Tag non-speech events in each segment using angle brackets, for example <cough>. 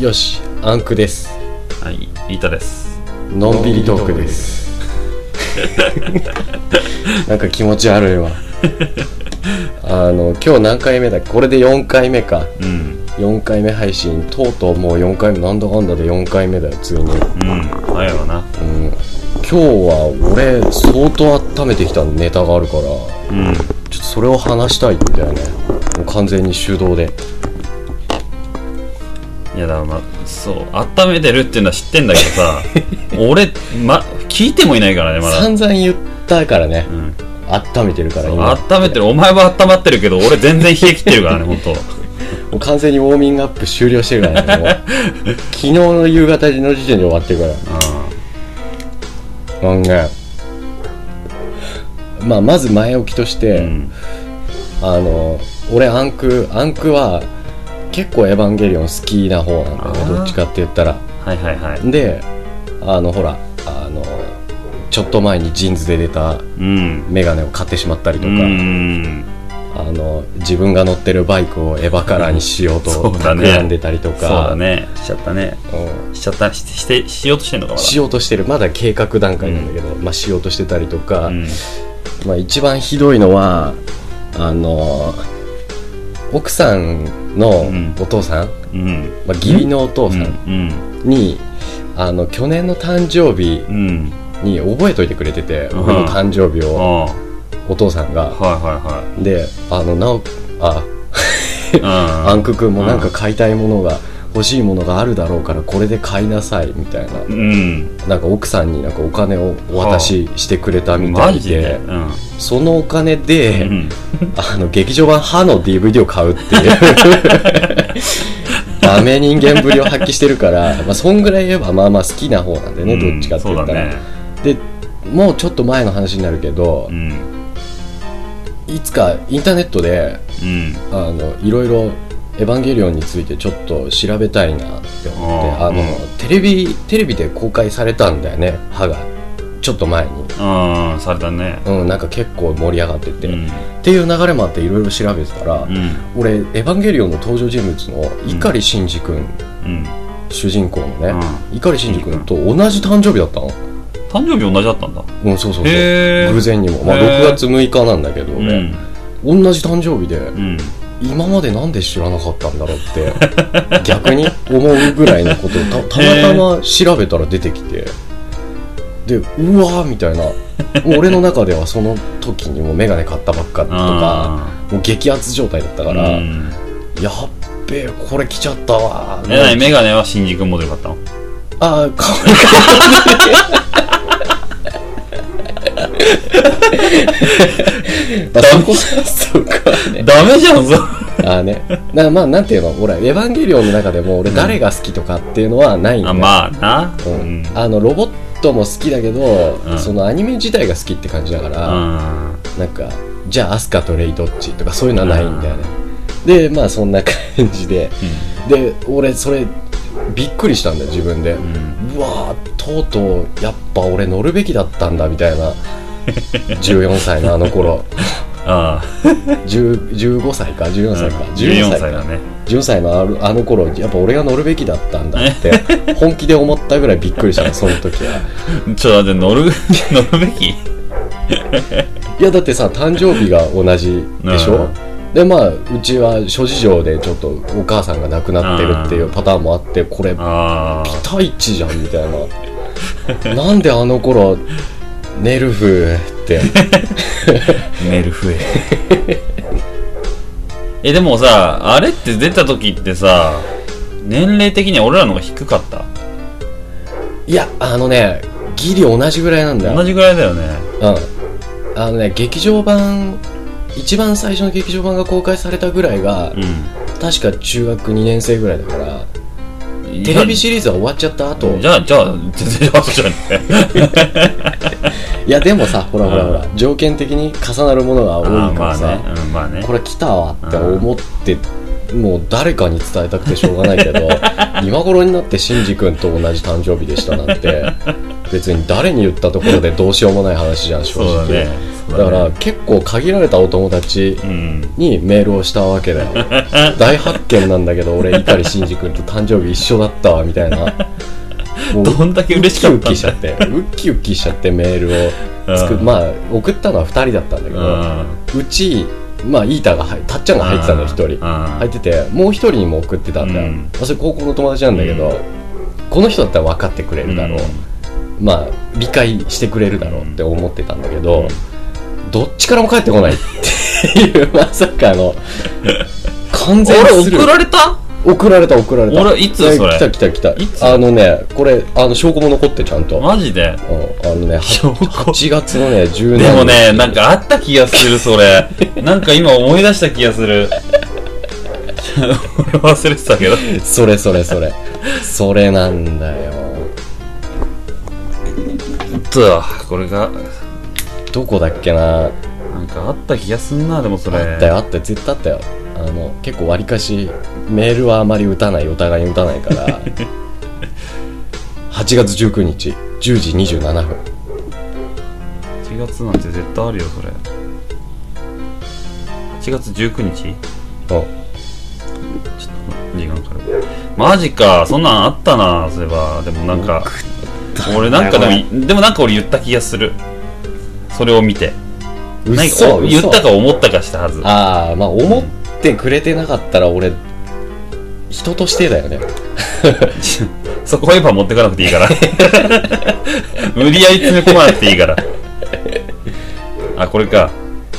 よしアンクですはい、イータです。のんびりトークですなんか気持ち悪いわあの今日何回目だこれで4回目かうん、 4回目配信とうとうもう4回目なんだかんだで4回目だよついに、うん、今うん、早いわな。日は俺相当温めてきたネタがあるからちょうん、っとそれを話したいんだよねもう完全に手動でいやだからまあ、そう、温めてるっていうのは知ってんだけど <laughs> さ、俺、ま、聞いてもいないからね、まだ。散々言ったからねうん、温めてるから今温めてる、お前は温まってるけど、俺全然冷え切ってるから <laughs> ね、ほんと。もう完全にウォーミングアップ終了してる <laughs> からねもう昨日の夕方の時点で終わってるからなんかまあ、まず前置きとして、うん、あの俺アンクアンクは結構「エヴァンゲリオン」好きな方なんだよねあーどっちかって言ったらはいはいはい。であのほらあのちょっと前にジーンズで出たうん。メガネを買ってしまったりとうか、ん。あの自分が乗ってるバイクをエヴァカラーにしようそとうだね企んでたりとそうだか、ね。しちゃったね。うんしちゃった、しして、しようとしてんのか、まだ。しようとしてるまだ計画段階なんだけど、まあ、しようとしてたりとか、うん。まあ、一番ひどいのはあの奥さんのうんお父さん、うん。まあ、義理のお父うさん。んに、あの去年の誕生日うん。うん。に覚えといてくれてて、うん俺の誕生日あをあ。はいお父さんが、はであのなおあ <laughs> いはい。アンク君もなんか買いたいものが欲しいものがあるだろうからこれで買いなさいみたいなうん。うん。なんか奥さんになんかお金をお渡ししてくれたみたマいジででうん。そのお金うで、ん。あの劇場版「歯」の DVD を買うっていう <laughs> ダメ人間ぶりを発揮してるから、まあ、そんぐらい言えばまあまあ好きな方なんでね、どっちかって言ったら、うんそうだねでもうちょっと前の話になるけどう、んいつかインターネットでうんあのいろいろ「エヴァンゲリオン」についてちょっと調べたいなって思ってあーあの、うテレビテレビで公開されたんだよね歯がちょっと前に、あーされたねうん、なんか結構盛り上がってて、うっんていう流れもあっていろいろ調べてたら、うん俺「エヴァンゲリオン」の登場人物の碇シンジ君、うん主人公のうんね碇シンジ君と同じ誕生日だったの誕生日同じだったんだうんそうそうそうへえ偶然にも、まあ、へー6月6日なんだけど、う俺ん同じ誕生日で、うん今までなんで知らなかったんだろうって <laughs> 逆に思うぐらいのことをたたまたま調べたら出てきてでうわーみたいなもう俺の中ではその時にもう眼鏡買ったばっかとかあもう激アツ状態だったーから、うんやっべえこれ来ちゃったわーえなにメガネは新宿モデルだったのあーかわいいまあそこそこはねダメじゃんそああね。なまあ、なんていうの、ほら、エヴァンゲリオンの中でも、俺、誰が好きとかっていうのはないんだあよ、まあなううんんあの、ロボットも好きだけど、うんそのアニメ自体が好きって感じだから、なんか、じゃあ、アスカとレイどっちとか、そういうのはないんだよね。で、まあ、そんな感じで。で、俺、それ、びっくりしたんだよ、自分で。うんうんうわーとうとう、やっぱ俺乗るべきだったんだ、みたいな。14歳のあの頃。 <laughs> ああ10 15歳か、14歳か。 14歳だね10歳のあるあの頃やっぱ俺が乗るべきだったんだって本気で思ったぐらいびっくりしたのその時はちょっと待って乗る <laughs> 乗るべ <laughs> きいやだってさ誕生日が同じでしょ、でまあうちは諸事情でちょっとお母さんが亡くなってるっていうパターンもあってこれピああタイチじゃんみたいななんであの頃ネルフってメール増え <laughs> えでもさあれって出た時ってさ年齢的には俺らの方が低かったいやあのねギリ同じぐらいなんだよ同じぐらいだよねうんあのね劇場版一番最初の劇場版が公開されたぐらいが、う確か中学2年生ぐらいだからんテレビシリーズは終わっちゃった後じゃあじゃあ全然合うじゃんねいやでもさほらほらうんほら条件的に重なるものがあ多ーいかまらあさ、ねうんまあねこれ来たわって思ってもう誰かに伝えたくてしょうがない <laughs> けど今頃になってシンジ君と同じ誕生日でしたなんて別に誰に言ったところでどうしようもない話じゃん正そうだ直ねそうだかねら結構限られたお友達うんにメールをしたわけだよ <laughs> 大発見なんだけど俺碇シンジ君と誕生日一緒だったわみたいなもう <laughs> どんだけ嬉しかウったキウキしんちゃっだてウッキウキしちゃってメールを作っうんまあ送ったのは2人だったんだけどうちまあイーターが入たっちゃんが入ってたんだよ1人入入っててもう1人にも送ってたんだよ、うんまあそれ高校の友達なんだけど、うこの人だったら分かってくれるだろう、うまあ理解してくれるだろうって思ってたんだけど、どっちからも返ってこないっていう <laughs> まさか <laughs> の完ん全俺する送られた送られた送られた俺いつそれ来た来た来たいつあのねこれあの証拠も残ってちゃんと、うん、あマジでのね8証拠月のね17でもねなんかあった気がするそれ <laughs> なんか今思い出した気がする <laughs> 俺忘れてたけど <laughs> それそれそれそれなんだよとこれがどこだっけななんかあった気がすんなでもそれあったよあったよ絶対あったよあの結構わりかしメールはあまり打たないお互いに打たないから <laughs> 8月19日10時27分8月なんて絶対あるよそれ8月19う日んちょっと時間かかるマジかそんなんあったなそういえばでもなんか俺なんかでもでもなんか俺言った気がするそれを見てうなんっかそお言ったか思ったかしたはずああまあ思ってくれてなかったら俺人としてだよね <laughs> そこは今持ってかなくていいから <laughs> 無理やり詰め込まなくていいからあこれか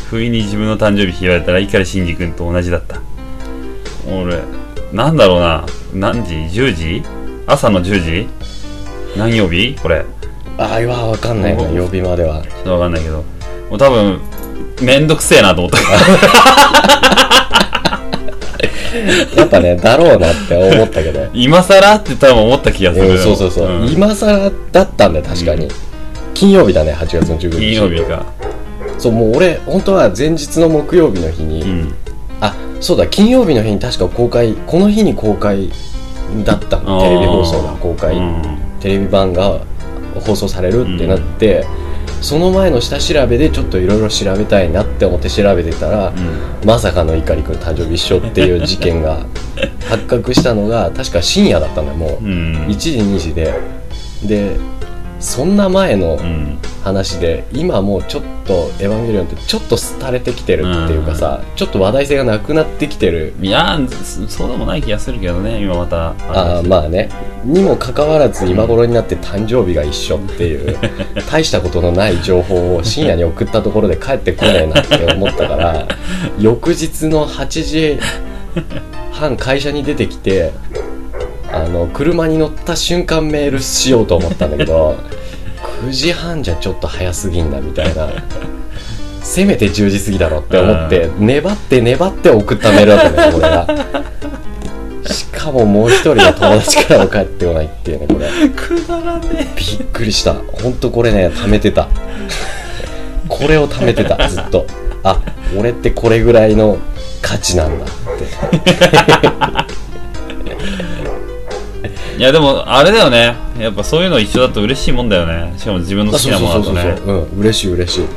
不意に自分の誕生日言われたら碇シンジ君と同じだった俺なんだろうな何時10時朝の10時何曜日これああいわ分かんないなお曜日まではちょっとわかんないけどもう多分めんどくせえなと思ったからやっぱね <laughs> だろうなって思ったけ <laughs> ど今更って多分思った気がすうんるそうそうそう、ん今更だったんだよ確かに、うん金曜日だね8月の19日金曜日かそうもう俺本当は前日の木曜日の日に、うんあそうだ金曜日の日に確か公開この日に公開だったあのーテレビ放送が公開、うんテレビ版が放送されるってなって、その前の下調べでちょっといろいろ調べたいなって思って調べてたら、うんまさかの碇君誕生日一緒っていう事件 <laughs> が発覚したのが確か深夜だったんだよもう、うん1時2時ででそんな前のうん話で今もうちょっと「エヴァンゲリオン」ってちょっと廃れてきてるっていうかさ、ちょっと話題性がなくなってきてるいやそそうでもない気がするけどね今またあーまあねにもかかわらず今頃になって誕生日が一緒っていう <laughs> 大したことのない情報を深夜に送ったところで帰ってこないなって思ったから <laughs> 翌日の8時半会社に出てきてあの車に乗った瞬間メールしようと思ったんだけど9時半じゃちょっと早すぎんだみたいな。せめて10時過ぎだろって思って粘って粘って送ったメールだったんだよこれがしかももう一人の友達からも帰ってこないっていうねこれくだらねびっくりしたほんとこれね貯めてたこれを貯めてたずっとあ俺ってこれぐらいの価値なんだっていやでもあれだよねやっぱそういうの一緒だと嬉しいもんだよねしかも自分の好きなものだとねだかううん嬉しい嬉しい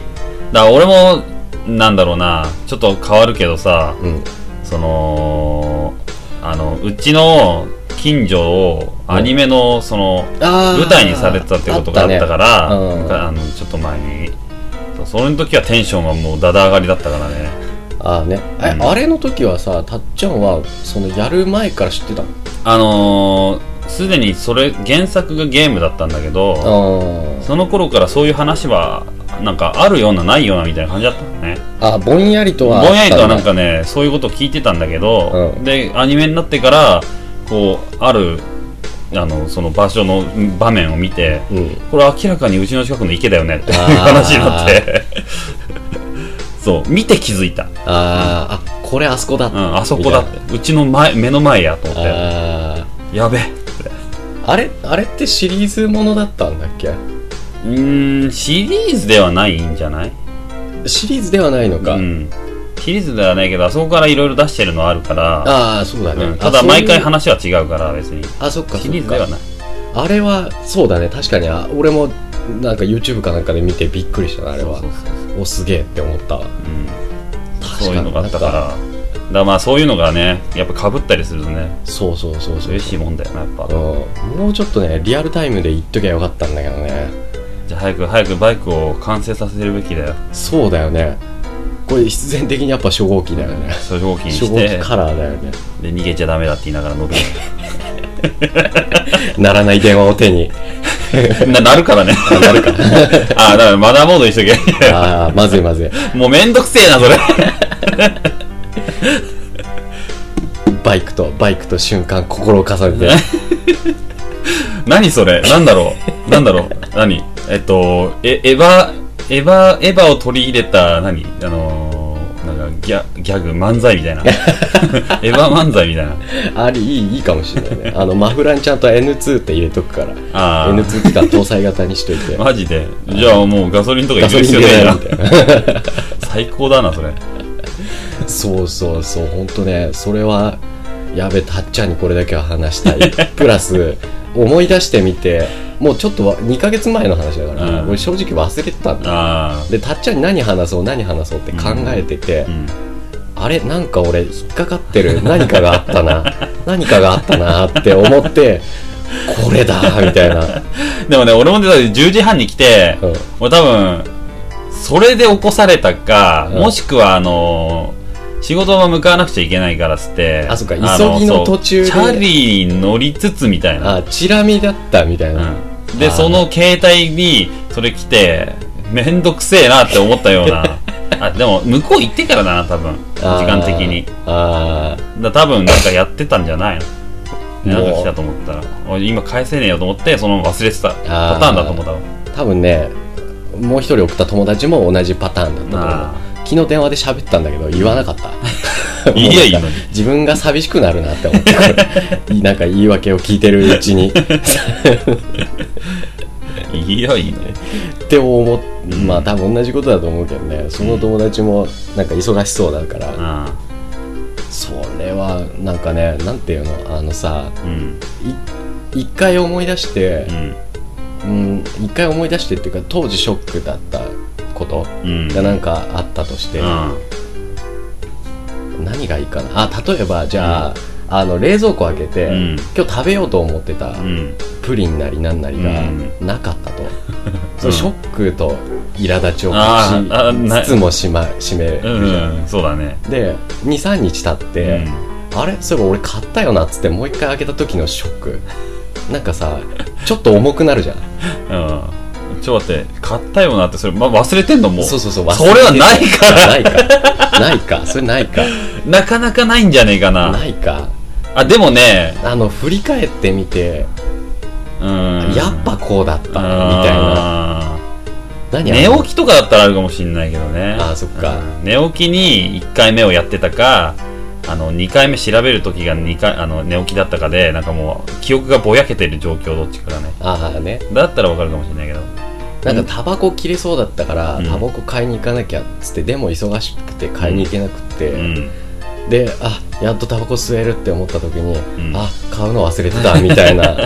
ら俺もなんだろうなちょっと変わるけどさうんそのあのうちの近所をアニメのそのあー舞台にされてたってことがあったかねあっらたねうんあのちょっと前にそうそれの時はテンションがもうダダ上がりだったからねあーねえ、うんあれの時はさたっちゃんはそのやる前から知ってたのあのーすでにそれ原作がゲームだったんだけどあーその頃からそういう話はなんかあるようなないようなみたいな感じだったのねあぼんやりとはあったぼんやりとはなんだかねそういうことを聞いてたんだけど、うんでアニメになってからこうあるあのその場所の場面を見てうんこれ明らかにうちの近くの池だよねっていうあー話になって <laughs> そう見て気づいた、うん、あーあこれあそこだあそこだみってうちの前目の前やと思たっいてなあーやべえあれあれってシリーズものだったんだっけうーんシリーズではないんじゃないシリーズではないのか、うん、シリーズではないけどあそこからいろいろ出してるのはあるから、ああそうだね、うんあただそういう毎回話は違うから別にあそっかシそリっーズではかないあれはそうだね確かにあ俺もなんか YouTube かなんかで見てびっくりしたなあれはそうそうそうおすげえって思ったわうん確そういうのがあったからなんだからまあそういうのがねやっぱかぶったりするとねそうそうそうそう嬉しいもんだよなやっぱうんもうちょっとねリアルタイムで言っときゃよかったんだけどねじゃあ早く早くバイクを完成させるべきだよそうだよねこれ必然的にやっぱ初号機だよね初号機に初し号機てカラーだよねで逃げちゃダメだって言い <laughs> ながら伸びならない電話を手にるななるからねなるから <laughs> あだからマナーモードにしと <laughs> けああまずいまずいもうめんどくせえなそれバイクとバイクと瞬間心を重ねて何それなんだろうなんだろう何えっとえエヴァエヴァエヴァを取り入れた何あのーなんかギャギャグ漫才みたいなエヴァ漫才みたいなありいいいいかもしれないねあのマフランちゃんと N2 って入れとくからああ N2 ってか搭載型にしとい <laughs> てマジでじゃあもうガソリンとかガ入れソるリン必要入ないれないなみたいな最高だなそれそうそうそう本当ねそれはやべたっちゃんにこれだけは話した <laughs> いプラス思い出してみてもうちょっとわ2ヶ月前の話だから、うん俺正直忘れてたんだあでたっちゃんに何話そう何話そうって考えてて、あうんあれなんか俺引っかかってる何かがあった <laughs> な何かがあったなって思ってこれだみたいな、でもね俺もね10時半に来てうん、もう多分それで起こされたか、うんもしくはあのー仕事は向かわなくちゃいけないからっつってあそっかの急ぎのそ途う中でチャリに乗りつつみたいな、あチラ見だったみたいな、うん、あでーその携帯にそれ来てめんどくせえなって思ったよう <laughs> なあでも向こう行ってからだな多分時あー間的にあだ多分なんかやってたんじゃないのもなうんか来たと思ったらおい今返せねえよと思ってそのまま忘れてたーパターンだと思ったわー多分ねもう一人送った友達も同じパターンだったと思うあ昨日電話で喋ったんだけど言わなかったー言 <laughs> えばいい <laughs> のに自分が寂しくなるなって思って <laughs> なんか言い訳を聞いてるうちにいやいいね。って思っんまあ多分同じことだと思うけどねその友達もなんか忙しそうだから、あそれはなんかねなんていうのあのさあ、うん、い一回思い出してうう、ん、ん、一回思い出してっていうか当時ショックだったことうん。がなんかあったとして、うん、何がいいかなあ例えばじゃあ,、あの冷蔵庫開けて、うん今日食べようと思ってたうん、プリンなりなんなりがうなか <laughs> ったと、そううんショックと苛立ちをあーあ隠なしつつもしま締めるじゃうんん、うん、そうだね。で23日経っうて、あれそういえば俺買ったよなっつってもう一回開けた時のショックなんかさちょっと重くなるじゃんん、うん。ちょっと待って、買ったよなって、それ、ま、忘れてんのもう。そうそうそうそれはないからないかないかそれないかなかなかないんじゃねえかな。ないかあ、でもね、あの振り返ってみて、うん。やっぱこうだったみたいなあ何ーあの寝起きとかだったらあるかもしんないけどね。あーそっかうん寝起きに1回目をやってたか、あの、2回目調べる時が二回、あの、寝起きだったかで、なんかもう、記憶がぼやけてる状況どっちかがね。ああねだったらわかるかもしれないけど。なんかタバコ切れそうだったから、うんタバコ買いに行かなきゃっつってでも忙しくて買いに行けなくて、うん。であやっとタバコ吸えるって思った時に、んあ買うの忘れてたみたい <laughs> な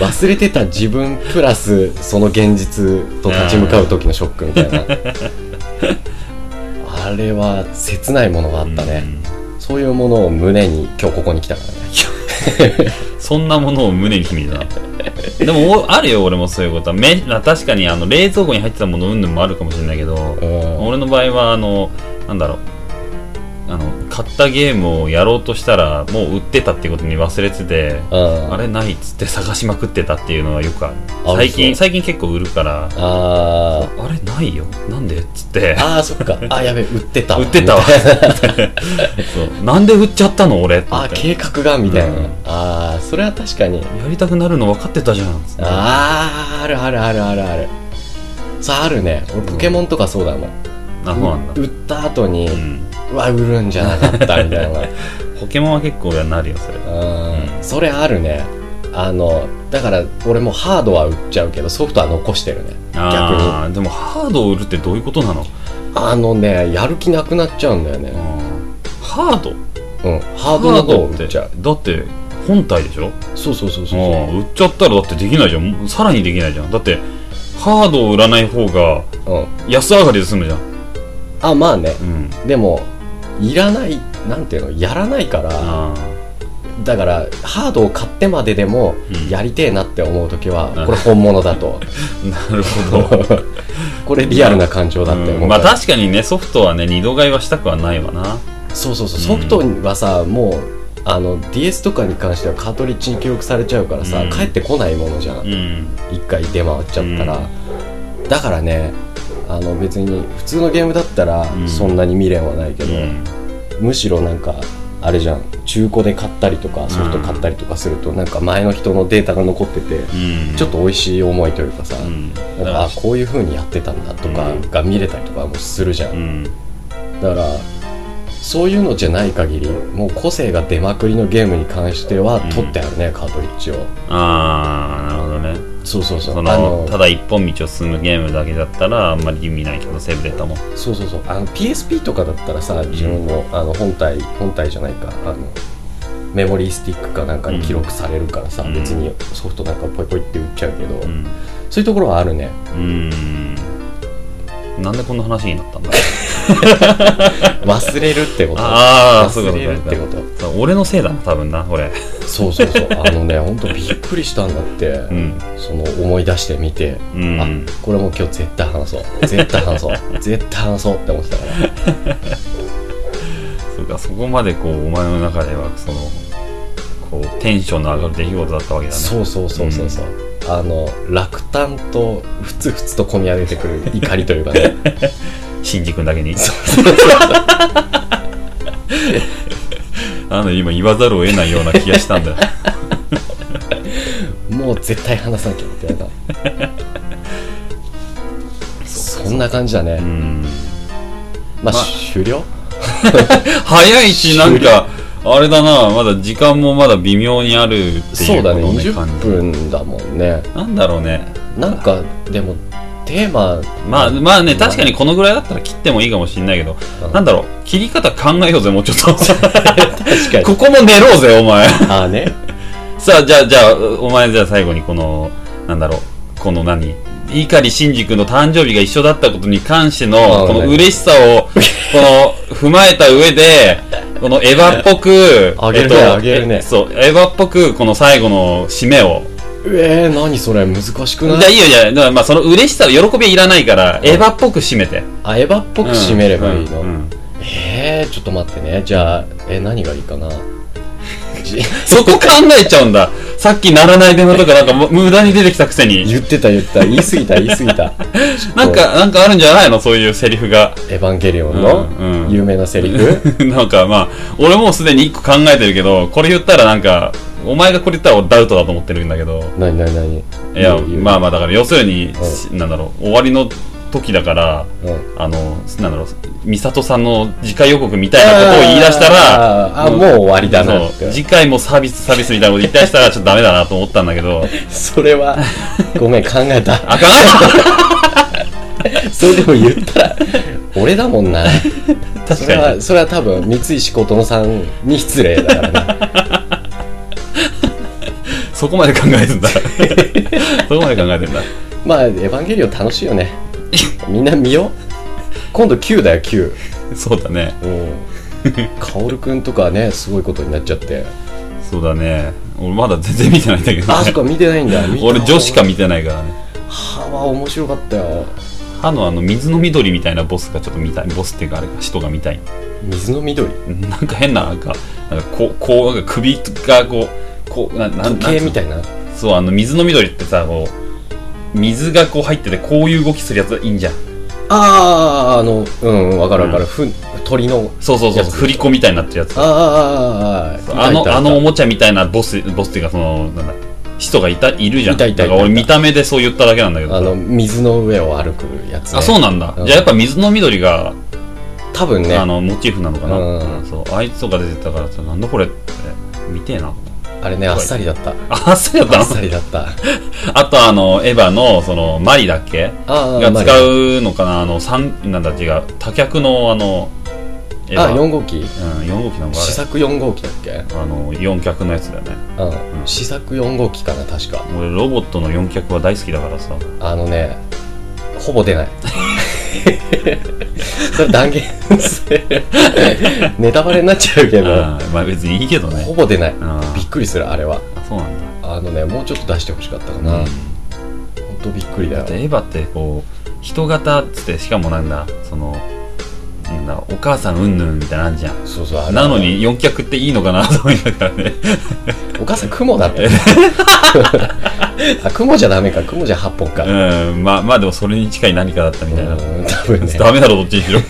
忘れてた自分プラスその現実と立ち向かう時のショックみたい <laughs> なあれは切ないものがあったね、そういうものを胸に今日ここに来たからねうんそんなものを胸に秘めたでもおあるよ俺もそういうことはめ確かにあの冷蔵庫に入ってたものうんぬんもあるかもしれないけど、 <laughs> うん俺の場合はあのなんだろうあの買ったゲームをやろうとしたらもう売ってたってことに忘れてて、うんあれないっつって探しまくってたっていうのはよくあるあ最そう近最近結構売るからあーあれないよなんでっつってあーそっかあやべ売ってた売っ <laughs> てたわそうなんで売っちゃったの俺ってあ計画がみたいな、うんああそれは確かにやりたくなるの分かってたじゃんつってあああるあるあるあるあるさああるね俺ポケモンとかそうだもん、あそうなんだ売った後に、ううんわ売るんじゃなかったみた <laughs> いなポケモンは結構俺はなるよそれうんそれあるねあのだから俺もハードは売っちゃうけどソフトは残してるね逆にあーでもハードを売るってどういうことなのあのねやる気なくなっちゃうんだよね、ハードうん、ハードなことをハード売っっちてゃうだって本体でしょそうそうそうそうそうもう売っちゃったらだってできないじゃんもうさらにできないじゃんだってハードを売らない方がうん、安上がりで済むじゃんあまあねうんでもいらないなんていうのやらないからあだからハードを買ってまででもうんやりてえなって思う時は、うんこれ本物だ <laughs> とーなるほどこれリアルな感 <laughs> 情だって思ううんかまあら、確かにねソフトはね二度買いはしたくはないわなそうそうそうソフトはさ、もうあの DS とかに関してはカートリッジに記録されちゃうからさ、うん帰ってこないものじゃんうん一回出回っちゃったら、だからねあの別に普通のゲームだったらうんそんなに未練はないけうど、んむしろなんかあれじゃん中古で買ったりとかソフト買ったりとかすると、なんか前の人のデータが残ってて、うんちょっと美味しい思いというかさ、うんだかなんらかあこういう風にやってたんだとかうんが見れたりとかもするじゃん、うんだからそういうのじゃない限りもう個性が出まくりのゲームに関してはうん取ってあるね、カートリッジをああなるほどねそうそうそうそあののただ一本道を進むゲームだけだったらあんまり意味ないけどセーブデータもそうそうそうあの PSP とかだったらさ自分のあの本体本体じゃないかあのメモリースティックかなんかに記録されるからさ、うん別にソフトなんかポイポイって打っちゃうけど、うんそういうところはあるねうんなんでこんな話になった <laughs> んだ忘れるってことああそう忘れいるうっこてとこかとそう俺のせいだな多分な俺そうそうそうあのね本当びっくりしたんだって、うんその思い出してみて、うんあこれもう今日絶対話そう絶対話そう絶対話そうって思ってたからそうかそこまでこうお前の中ではそのこうテンションの上がる出来事だったわけだねそうそうそうそうそう、あの落胆とふつふつと込み上げてくる怒りというかね新君だけに <laughs> あの今言わざるを得ないような気がしたんだ <laughs> よもう絶対話さなきゃみたいなそんな感じだね、うんまあ、まあ終了早いしなんかあれだなまだ時間もまだ微妙にあるっていうそうだねこの20分だもんねなんだろうねなんかでもテーマまあまあね確かにこのぐらいだったら切ってもいいかもしれないけどうんなんだろう切り方考えようぜもうちょっと確かに <laughs> ここも寝ろうぜお前 <laughs> ああねさあ、じゃあ、じゃあ、お前、じゃあ最後にこの、なんだろう、この何碇真司君の誕生日が一緒だったことに関してあの、あこのね嬉し <laughs> さを、この、踏まえた上で、このエヴァっぽく、あげるねあげるねえそう、エヴァっぽく、この最後の締めを。えー、何それ難しくじゃなあいいいよ、じゃあ、だからまあその嬉しさ、喜びはいらないから、んエヴァっぽく締めて。あエヴァっぽく締めればいいの、うんうんえー、ちょっと待ってねじゃあえ何がいいかなじそこ考えちゃうんだ。さっき鳴らない電話とかなんかも無駄に出てきたくせに。言ってた言ってた言い過ぎた言い過ぎたなんか、なんかあるんじゃないのそういうセリフが。エヴァンゲリオンうんうのん有名なセリフ、 <laughs> なんかまあ、俺もうすでに一個考えてるけど、これ言ったらなんか、お前がこれ言ったら俺ダウトだと思ってるんだけど、何何何い言や、う言うまあまあだから要するうに、んしなんだろう、終わりの時だから、うんあの、なんだろう、美里さんの次回予告みたいなことを言い出したら、あーあーもう終わりだなっそうて次回もサービスサービスみたいなこと言い出したらちょっとダメだなと思ったんだけ <laughs> ど、それはごめん考えたあかんそれでも言ったら俺だもんなそ確れかはに。それは多分三石琴乃さんに失礼だ <laughs> からね <laughs> そこまで考 <laughs> えてんだ。そこまで考えてんだ。まあエヴァンゲリオン楽しいよねみんな見よう今度9だよ9そうだね。うん、カオルくんとかねすごいことになっちゃっ <laughs> てそうだね。俺まだ全然見てないんだけど、ね。あそっか見てないんだ見た俺女子か見てないからね歯は面白かったよ歯のあの水の緑みたいなボスがちょっと見たいボスっていうかあれか人が見たい水の緑なんか変ななんかなんかこうこうなんか首がこうこうななん時なん計つみうのたいなそうあの水の緑ってさこう水がこう入っててこういう動きするやついいんじゃんあああのうんうんわかるわかる、うふん、鳥のそうそうそやうつ振り子みたいになってるやつああーあーあーあーいのたいたあのおもちゃみたいなボスボスっていうかそのなんだ人がいたいるじゃんいたいたいただから俺見た目でそう言っただけなんだけどあの水の上を歩くやつ、ね、あそうなんだ、うんじゃあやっぱ水の緑が多分ねあのモチーフなのかな、うん <laughs> そうあいつとか出てたからさなんだこれって見てえなあれねあっさりだったああっさりあだったのっさりだったあとあの、エヴァの、その、マリだっけあがま使うのかなあの、三、なんだ違う、多脚のあの、エあヴァ。 4号機うん、4号機なんか試作4号機だっけあれ。あの、4脚のやつだよね。うんうん試作4号機かな確か俺、ロボットの4脚は大好きだからさ。あのねほぼ出ない <laughs> それ断言するネタバレになっちゃうけどあまあ別にいいけどほね。ぼ出ないあびっくりするあれはあ、そうなんだ。あのねもうちょっと出してほしかったかうな、ほんんとびっくりだだよってエヴァってこう人型っつってしかもなんだそのなんだお母さんうんぬんみたいなのあんじゃんそうそうあれなのに4脚っていいのかなと思いながらねお母さん雲だって <laughs> あ雲じゃダメか雲じゃ8本か、うんまあまあでもそれに近い何かだったみたいな、うん多分ねダメだろどっちにしろ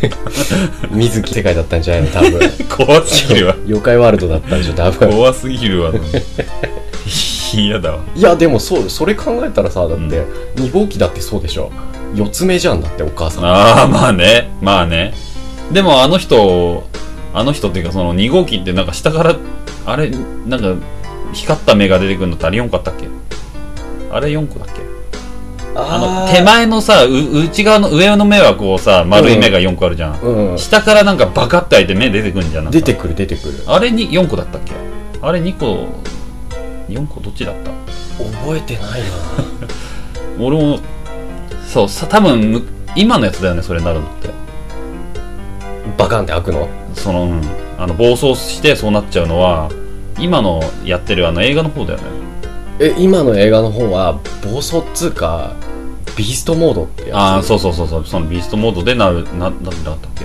水木世界だったんじゃないの多分 <laughs> 怖すぎるわ妖怪ワールドだったんでしょ多分 <laughs> 怖すぎるわ嫌だわいやでもそうそれ考えたらさだって、二2号機だってそうでしょ4つ目じゃんだってお母さんああまあねまあねでもあの人あの人っていうかその2号機ってなんか下からあれなんか光った目が出てくるのってあれ4個あったっけあれ4個だっけあの手前のさう内側の上の目はこうさ丸い目が4個あるじゃん、うん下からなんかバカって開いて目出てくるんじゃんなんか出てくる出てくるあれに4個だったっけあれ2個4個どっちだった覚えてないな俺もそうさ多分む今のやつだよねそれになるのってバカンって開くのその、うん、あの暴走してそうなっちゃうのは今のやってるあの映画の方だよねえ今の映画の方は暴走っつうかビーストモードってやつああそうそうそうそうそのビーストモードでなるななんだったっけ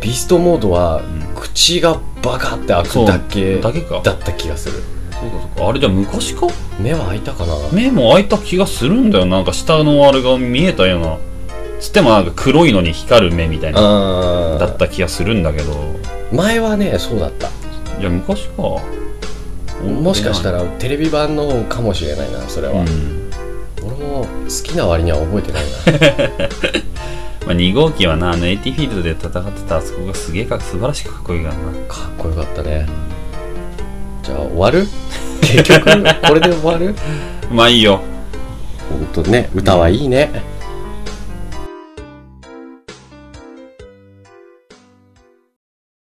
ビーストモードはん口がバカって開くそうだけだけかだった気がするそうかそうかあれじゃあ昔か目は開いたかな目も開いた気がするんだよなんか下のあれが見えたようなつってもなんか黒いのに光る目みたいなあだった気がするんだけどー前はねそうだったいや昔かもしかしたららテレビ版の方かもしれないなそれうは、ん、俺も好きな割には覚えてないな <laughs> まあ、2号機はなあの80フィールドで戦ってたあそこがすげえか素晴らしくかっこいいからなかっこよかったねじゃあ終わる <laughs> 結局これで終わるまあいいよ本当ね歌はいいね、